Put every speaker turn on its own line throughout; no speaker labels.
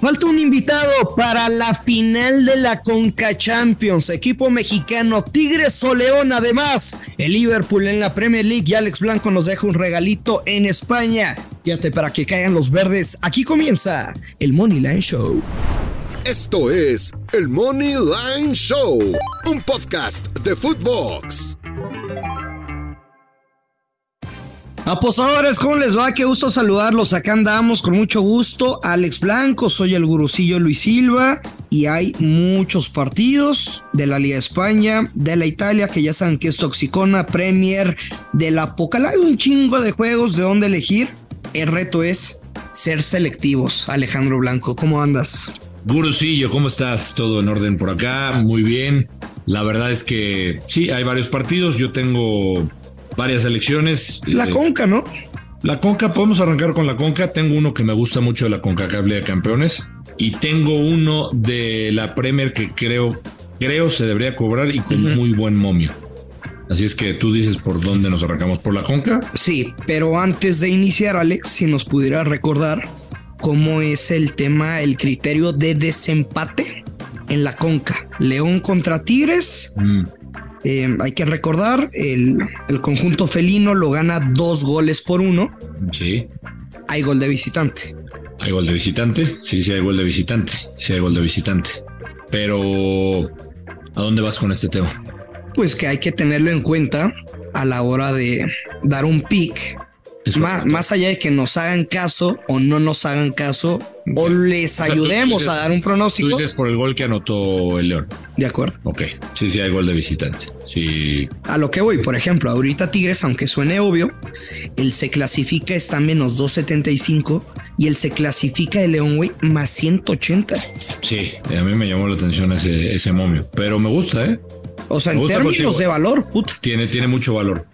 Falta un invitado para la final de la Conca Champions. Equipo mexicano Tigres o León. Además, el Liverpool en la Premier League y Alex Blanco nos deja un regalito en España. Fíjate para que caigan los verdes. Aquí comienza el Money Line Show.
Esto es el Money Line Show, un podcast de Footbox.
Apostadores, ¿cómo les va? Qué gusto saludarlos. Acá andamos con mucho gusto. Alex Blanco, soy el gurucillo Luis Silva y hay muchos partidos de la Liga de España, de la Italia, que ya saben que es Toxicona, Premier, de la Pocal. Hay un chingo de juegos de dónde elegir. El reto es ser selectivos. Alejandro Blanco, ¿cómo andas?
Gurucillo, ¿cómo estás? Todo en orden por acá, muy bien. La verdad es que sí, hay varios partidos. Yo tengo varias elecciones.
La Conca, ¿no?
La Conca, podemos arrancar con la Conca. Tengo uno que me gusta mucho de la Conca Cable de Campeones y tengo uno de la Premier que creo, creo se debería cobrar y con uh -huh. muy buen momio. Así es que tú dices por dónde nos arrancamos, por la Conca.
Sí, pero antes de iniciar, Alex, si nos pudiera recordar cómo es el tema, el criterio de desempate en la Conca. León contra Tigres. Mm. Eh, hay que recordar, el, el, conjunto felino lo gana dos goles por uno.
Sí.
Hay gol de visitante.
¿Hay gol de visitante? Sí, sí hay gol de visitante. Sí hay gol de visitante. Pero, ¿a dónde vas con este tema?
Pues que hay que tenerlo en cuenta a la hora de dar un pick. Más, más, allá de que nos hagan caso o no nos hagan caso, okay. o les o sea, ayudemos tú, tú dices, a dar un pronóstico.
Tú dices por el gol que anotó el León.
De acuerdo.
Ok. Sí, sí, hay gol de visitante. Sí.
A lo que voy, por ejemplo, ahorita Tigres, aunque suene obvio, él se clasifica, está menos 2.75 y él se clasifica de León, güey, más 180.
Sí, a mí me llamó la atención ese, ese momio, pero me gusta, ¿eh?
O sea, me en términos contigo. de valor, puta.
Tiene, tiene mucho valor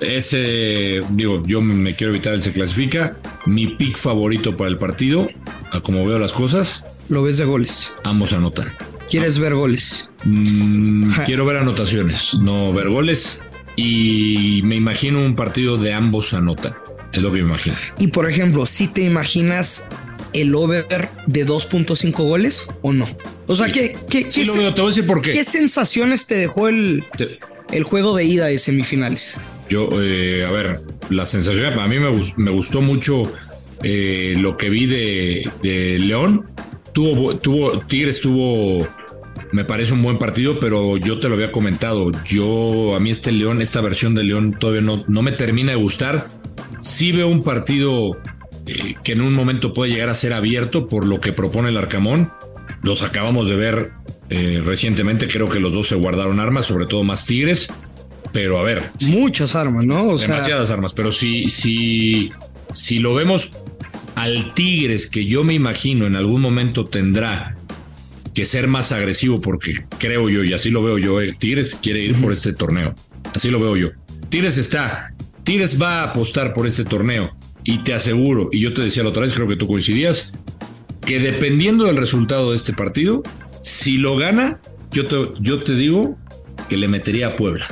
ese, digo, yo me quiero evitar el se clasifica. Mi pick favorito para el partido, a como veo las cosas.
Lo ves de goles.
Ambos anotan.
¿Quieres ver goles?
Mm, quiero ver anotaciones, no ver goles. Y me imagino un partido de ambos anotan. Es lo que me imagino.
Y por ejemplo, si ¿sí te imaginas el over de 2.5 goles o no. O sea, sí. que qué,
sí, lo veo, te voy a decir por qué.
¿Qué sensaciones te dejó el, te... el juego de ida de semifinales?
Yo, eh, a ver, la sensación, a mí me, me gustó mucho eh, lo que vi de, de, León. Tuvo, tuvo, Tigres tuvo, me parece un buen partido, pero yo te lo había comentado. Yo, a mí este León, esta versión de León todavía no, no me termina de gustar. Sí veo un partido eh, que en un momento puede llegar a ser abierto por lo que propone el Arcamón. Los acabamos de ver eh, recientemente, creo que los dos se guardaron armas, sobre todo más Tigres pero a ver.
Muchas sí, armas, ¿no?
O demasiadas sea... armas, pero si, si, si lo vemos al Tigres, que yo me imagino en algún momento tendrá que ser más agresivo, porque creo yo, y así lo veo yo, eh, Tigres quiere ir por este torneo. Así lo veo yo. Tigres está, Tigres va a apostar por este torneo. Y te aseguro, y yo te decía la otra vez, creo que tú coincidías, que dependiendo del resultado de este partido, si lo gana, yo te, yo te digo que le metería a Puebla.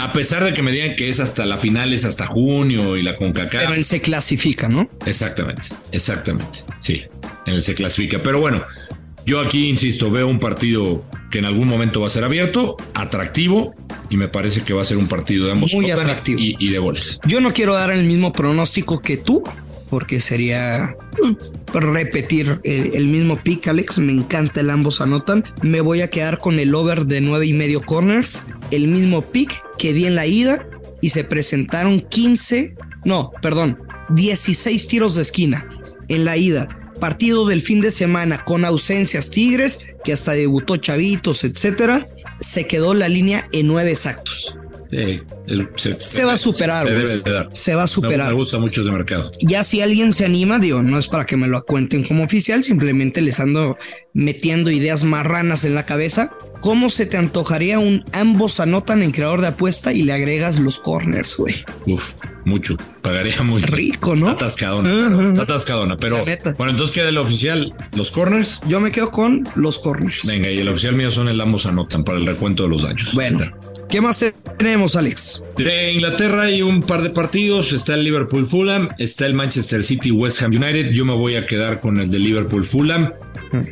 A pesar de que me digan que es hasta la final, es hasta junio y la CONCACAF.
Pero él se clasifica, ¿no?
Exactamente, exactamente. Sí, él se clasifica. Pero bueno, yo aquí, insisto, veo un partido que en algún momento va a ser abierto, atractivo, y me parece que va a ser un partido de ambos.
Muy atractivo.
Y, y de goles.
Yo no quiero dar el mismo pronóstico que tú, porque sería pues, repetir el, el, mismo pick, Alex. Me encanta el ambos anotan. Me voy a quedar con el over de nueve y medio corners, el mismo pick que di en la ida y se presentaron 15, no, perdón, 16 tiros de esquina en la ida. Partido del fin de semana con ausencias Tigres, que hasta debutó Chavitos, etcétera. Se quedó la línea en nueve exactos.
eh, el-
Se va a superar,
se
güey.
debe de dar.
Se va a superar.
Me gusta mucho ese mercado.
Ya si alguien se anima, digo, no es para que me lo cuenten como oficial, simplemente les ando metiendo ideas marranas en la cabeza. ¿Cómo se te antojaría un ambos anotan en creador de apuesta y le agregas los corners, güey?
Uf, mucho. Pagaría muy
Rico, ¿no?
Está atascadona.
Ajá.
pero- Está atascadona. Pero
La neta.
bueno, entonces queda el oficial, los corners.
Yo me quedo con los corners.
Venga, y el oficial mío son el ambos anotan para el recuento de los daños.
Bueno,
Ahí está.
¿qué más te- tenemos, Alex?
De Inglaterra hay un par de partidos. Está el Liverpool Fulham, está el Manchester City West Ham United. Yo me voy a quedar con el de Liverpool Fulham.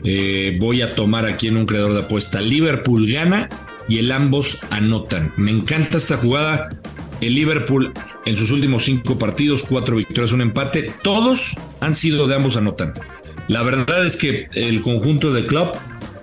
Eh, voy a tomar aquí en un creador de apuesta. Liverpool gana y el ambos anotan. Me encanta esta jugada. El Liverpool en sus últimos cinco partidos, cuatro victorias, un empate. Todos han sido de ambos anotan. La verdad es que el conjunto de club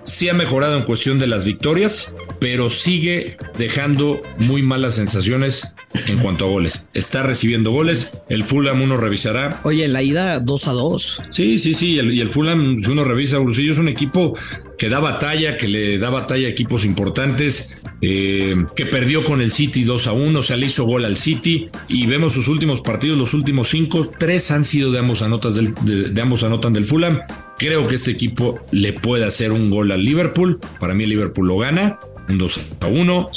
sí ha mejorado en cuestión de las victorias, pero sigue dejando muy malas sensaciones en cuanto a goles. Está recibiendo goles. El Fulham uno revisará
Oye, la ida 2 a 2.
Sí, sí, sí. el- y el Fulham, si uno revisa, Ursillo es un equipo que da batalla, que le da batalla a equipos importantes, eh, que perdió con el City 2 a 1, o sea, le hizo gol al City. Y vemos sus últimos partidos, los últimos cinco, tres han sido de ambos, anotas del- de- de ambos anotan del Fulham. Creo que este equipo le puede hacer un gol al Liverpool. Para mí, el Liverpool lo gana. Un 2 a 1,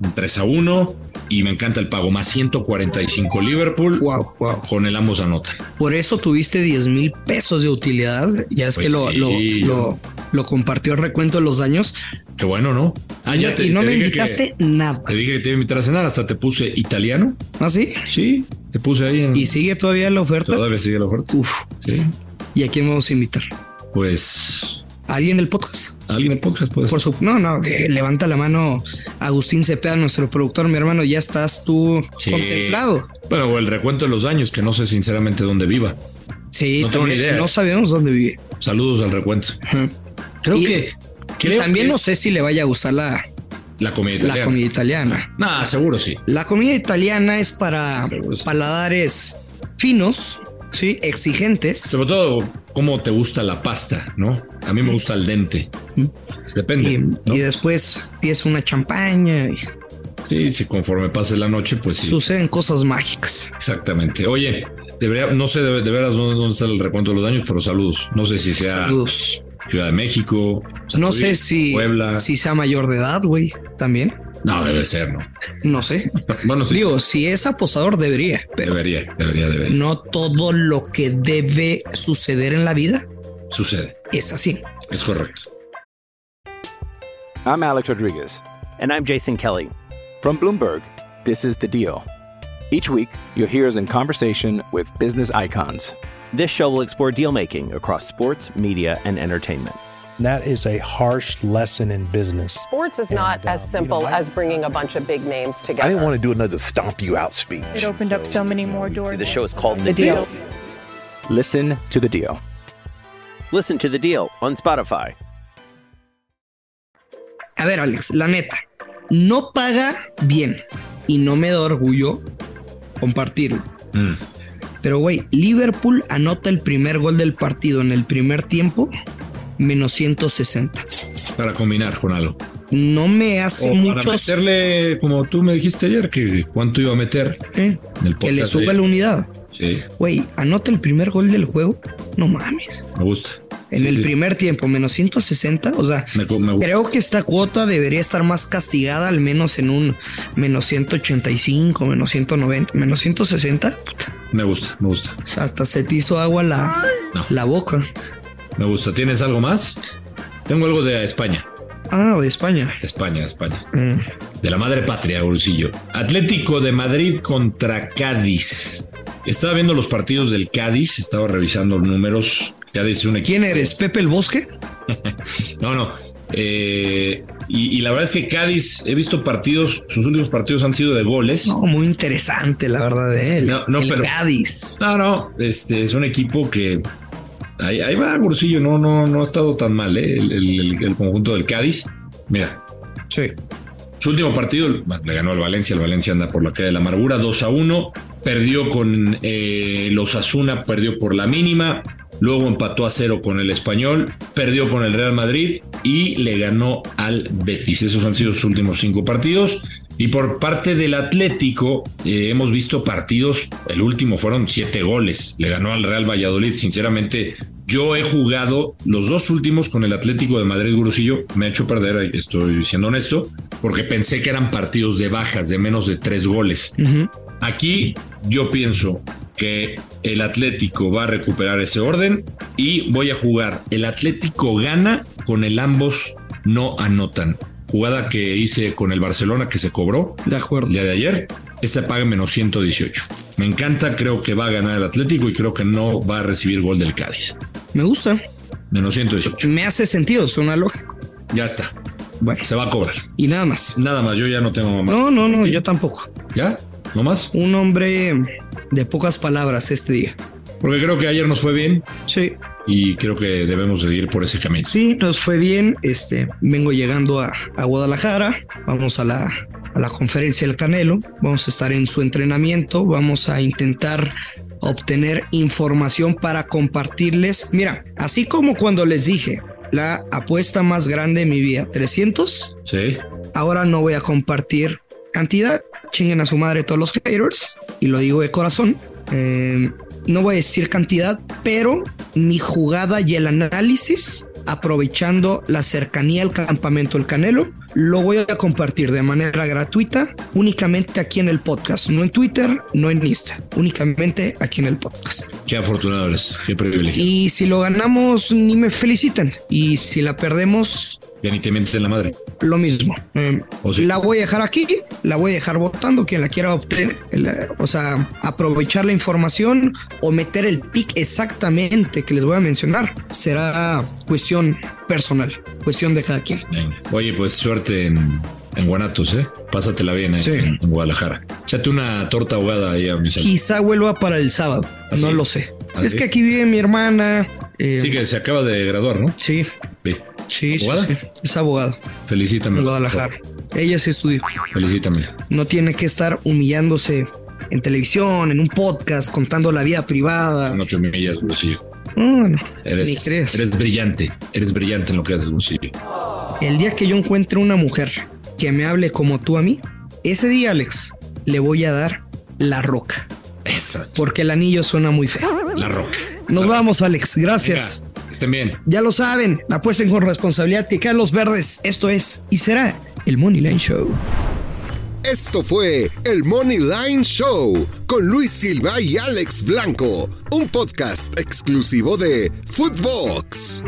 un 3 a 1. Y me encanta el pago más 145 Liverpool.
Wow, wow.
Con el ambos anotan.
Por eso tuviste 10 mil pesos de utilidad. Ya es
Pues
que lo,
sí.
lo, lo, lo compartió el recuento de los daños.
Qué bueno, ¿no? Ah,
y no me
dije
invitaste
que-
nada.
te dije que te iba a invitar a cenar, hasta te puse italiano.
¿Ah, sí?
Sí, te puse ahí en.
¿Y sigue todavía la oferta?
Todavía sigue la oferta.
Uf.
Sí.
¿Y a quién vamos a invitar?
Pues
¿A alguien del podcast?
alguien del podcast puede ser.
Por su... No, no, de- levanta la mano Agustín Cepeda, nuestro productor, mi hermano, ya estás tú
Sí.
contemplado.
Bueno, o el recuento de los daños, que no sé sinceramente dónde viva.
Sí,
No tengo
también
ni idea.
no sabemos dónde vive.
Saludos al recuento. Creo
Y-
que.
Y
creo
también
que
no
es
sé si le vaya a gustar la,
La comida italiana.
la comida italiana.
Nah, seguro sí.
La comida italiana es para paladares finos, sí, exigentes.
Sobre todo, cómo te gusta la pasta, ¿no? A mí me gusta al dente. Depende.
Mm. Y,
¿no?
y después pides una champaña y
Sí, si conforme pase la noche, pues sí.
suceden cosas mágicas.
Exactamente. Oye, debería, no sé de, de veras dónde, dónde está el recuento de los daños, pero saludos. No sé si sea
Saludos.
Ciudad de México, San
No
Luis,
sé si,
Puebla.
si sea mayor de edad, güey. También
No, debe ser, ¿no?
no sé.
Bueno, sí,
Digo, si es apostador, debería, pero
debería, debería, debería.
no todo lo que debe suceder en la vida
Sucede.
es así.
Es correcto.
I'm Alex Rodriguez.
And I'm Jason Kelly.
From Bloomberg, this is The Deal. Each week, you'll hear us in conversation with business icons.
This show will explore deal making across sports, media, and entertainment.
And that is a harsh lesson in business.
Sports is
And,
not
uh,
as
you
simple
know, I-
as bringing a bunch of big names
I
together.
didn't want to do another stomp you out speech.
It opened up so many more doors.
The show is called
The deal.
Listen to The Deal.
Listen to the deal on Spotify.
A ver, Alex, la neta, no paga bien y no me da orgullo compartirlo.
Mm.
Pero, güey, Liverpool anota el primer gol del partido en el primer tiempo, menos 160.
Para combinar con algo.
No me hace
O para
mucho
meterle, como tú me dijiste ayer, que cuánto iba a meter
eh,
en el podcast.
que le suba
de-
la unidad.
Sí,
Güey, anota el primer gol del juego. No mames.
me gusta.
En
Sí,
el
sí.
primer tiempo, menos 160. O sea,
Me, me gusta.
creo que esta cuota debería estar más castigada, al menos en un menos 185, menos 190, menos 160. Puta,
Me gusta, me gusta.
o sea, hasta se te hizo agua la,
No.
la boca.
Me gusta. ¿Tienes algo más? Tengo algo de España.
Ah, de España.
España, España.
Mm.
de la madre patria, Ursillo. Atlético de Madrid contra Cádiz. Estaba viendo los partidos del Cádiz, estaba revisando los números. Cádiz es un equipo.
¿Quién eres? ¿Pepe el Bosque?
No, no. Eh, y, y la verdad es que Cádiz, he visto partidos, sus últimos partidos han sido de goles.
No, muy interesante, la verdad, de él.
No, no,
el
pero-
Cádiz.
No, no, este es un equipo que ahí, ahí va, Gursillo. No, no, no ha estado tan mal ¿eh? el, el- el conjunto del Cádiz. Mira,
Sí.
su último partido bueno, le ganó al Valencia. El Valencia anda por la calle de la amargura 2 a 1. Perdió con eh, los Asuna, perdió por la mínima. Luego empató a cero con el Español, perdió con el Real Madrid y le ganó al Betis. Esos han sido sus últimos cinco partidos. Y por parte del Atlético, eh, hemos visto partidos, el último fueron siete goles, le ganó al Real Valladolid, sinceramente. Yo he jugado los dos últimos con el Atlético de Madrid Gurusillo, me ha hecho perder, estoy siendo honesto, porque pensé que eran partidos de bajas, de menos de tres goles.
Ujú.
Aquí yo pienso que el Atlético va a recuperar ese orden y voy a jugar. El Atlético gana con el ambos no anotan. Jugada que hice con el Barcelona que se cobró
De acuerdo.
el día de ayer. Esta paga menos 118. Me encanta, creo que va a ganar el Atlético y creo que no va a recibir gol del Cádiz.
Me gusta.
Menos 118.
Me hace sentido, suena lógico.
Ya está.
Bueno,
Se va a cobrar.
y nada más.
Nada más, yo ya no tengo más.
No, no, no, yo tampoco.
¿Ya? ¿No más?
Un hombre de pocas palabras este día.
Porque creo que ayer nos fue bien
Sí,
y creo que debemos de ir por ese camino.
sí, nos fue bien. Este, vengo llegando a, a Guadalajara. Vamos a la, a la conferencia del Canelo. Vamos a estar en su entrenamiento. Vamos a intentar obtener información para compartirles. Mira, así como cuando les dije la apuesta más grande de mi vida, 300,
Sí.
ahora no voy a compartir cantidad. Chinguen a su madre todos los haters. Y lo digo de corazón. Eh, no voy a decir cantidad, pero mi jugada y el análisis, aprovechando la cercanía al campamento El Canelo, lo voy a compartir de manera gratuita únicamente aquí en el podcast. No en Twitter, no en Insta. Únicamente aquí en el podcast.
Qué afortunado eres, qué privilegio.
Y si lo ganamos, ni me felicitan. Y si la perdemos,
Ya ni te mienten la madre.
lo mismo. Eh,
O sí.
La voy a dejar aquí, la voy a dejar votando, quien la quiera obtener, la- o sea, aprovechar la información o meter el pick exactamente que les voy a mencionar, será cuestión personal, cuestión de cada quien.
Venga. Oye, pues suerte en, en Guanatos, ¿eh? Pásatela bien ahí
Sí.
en, en Guadalajara. Échate una torta ahogada ahí a mis amigos.
Quizá vuelva para el sábado,
¿Ah,
no
sí?
lo sé.
¿Ah,
es
sí?
que aquí vive mi hermana. eh,
Sí, que se acaba de graduar, ¿no?
sí,
Ve.
sí, sí,
¿Abogada?
sí, es abogado
Felicítame.
en Guadalajara. Ella sí estudió.
Felicítame.
no tiene que estar humillándose en televisión, en un podcast, contando la vida privada.
No te humillas, Brusillo.
No, no, ni
Eres,
creas.
eres brillante. Eres brillante en lo que haces, Brusillo.
El día que yo encuentre una mujer que me hable como tú a mí, ese día, Alex, le voy a dar la roca,
Eso.
porque el anillo suena muy feo.
La roca.
Nos vamos, Alex. Gracias.
Venga, estén bien.
Ya lo saben, apuesten con responsabilidad, picar los verdes. Esto es y será el Money Line Show.
Esto fue el Money Line Show con Luis Silva y Alex Blanco, un podcast exclusivo de Footbox.